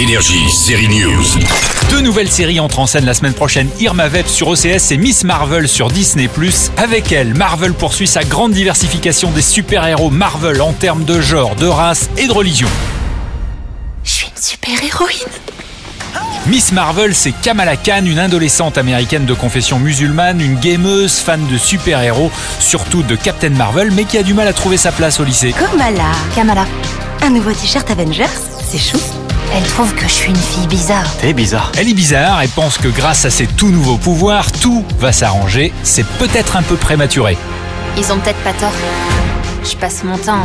Énergie, série News. Deux nouvelles séries entrent en scène la semaine prochaine. Irma Vep sur OCS et Miss Marvel sur Disney+. Avec elle, Marvel poursuit sa grande diversification des super-héros Marvel en termes de genre, de race et de religion. Je suis une super-héroïne. Miss Marvel, c'est Kamala Khan, une adolescente américaine de confession musulmane, une gameuse, fan de super-héros, surtout de Captain Marvel, mais qui a du mal à trouver sa place au lycée. Kamala. Kamala. Un nouveau t-shirt Avengers C'est chou. Elle trouve que je suis une fille bizarre. T'es bizarre. Elle est bizarre et pense que grâce à ses tout nouveaux pouvoirs, tout va s'arranger. C'est peut-être un peu prématuré. Ils ont peut-être pas tort. Je passe mon temps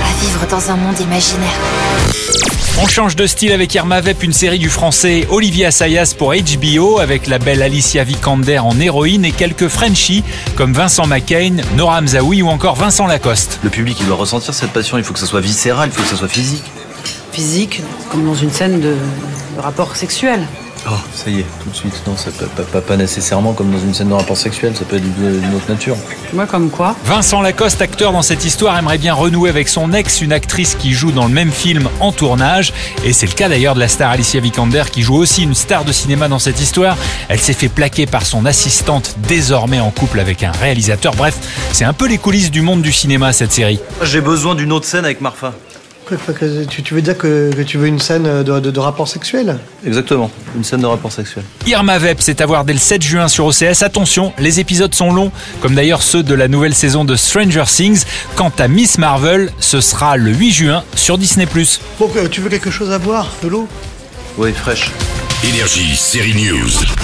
à vivre dans un monde imaginaire. On change de style avec Irma Vep, une série du français Olivier Assayas pour HBO, avec la belle Alicia Vikander en héroïne et quelques Frenchies comme Vincent McCain, Nora Hamzaoui ou encore Vincent Lacoste. Le public, il doit ressentir cette passion. Il faut que ça soit viscéral, il faut que ça soit physique. physique, comme dans une scène de, de rapport sexuel. Oh, ça y est, tout de suite. Non, ça peut pas, pas- pas nécessairement comme dans une scène de rapport sexuel. Ça peut être d'une d'une autre nature. Moi, comme quoi Vincent Lacoste, acteur dans cette histoire, aimerait bien renouer avec son ex, une actrice qui joue dans le même film en tournage. Et c'est le cas d'ailleurs de la star Alicia Vikander, qui joue aussi une star de cinéma dans cette histoire. Elle s'est fait plaquer par son assistante, désormais en couple avec un réalisateur. Bref, c'est un peu les coulisses du monde du cinéma, cette série. J'ai besoin d'une autre scène avec Marfa. Que- que- Tu, tu veux dire que, que tu veux une scène de, de- de rapport sexuel Exactement, une scène de rapport sexuel. Irma Vep, c'est à voir dès le 7 juin sur OCS. Attention, les épisodes sont longs, comme d'ailleurs ceux de la nouvelle saison de Stranger Things. Quant à Miss Marvel, ce sera le 8 juin sur Disney+. Bon, que- tu veux quelque chose à boire De l'eau Oui, fraîche. Énergie, série News.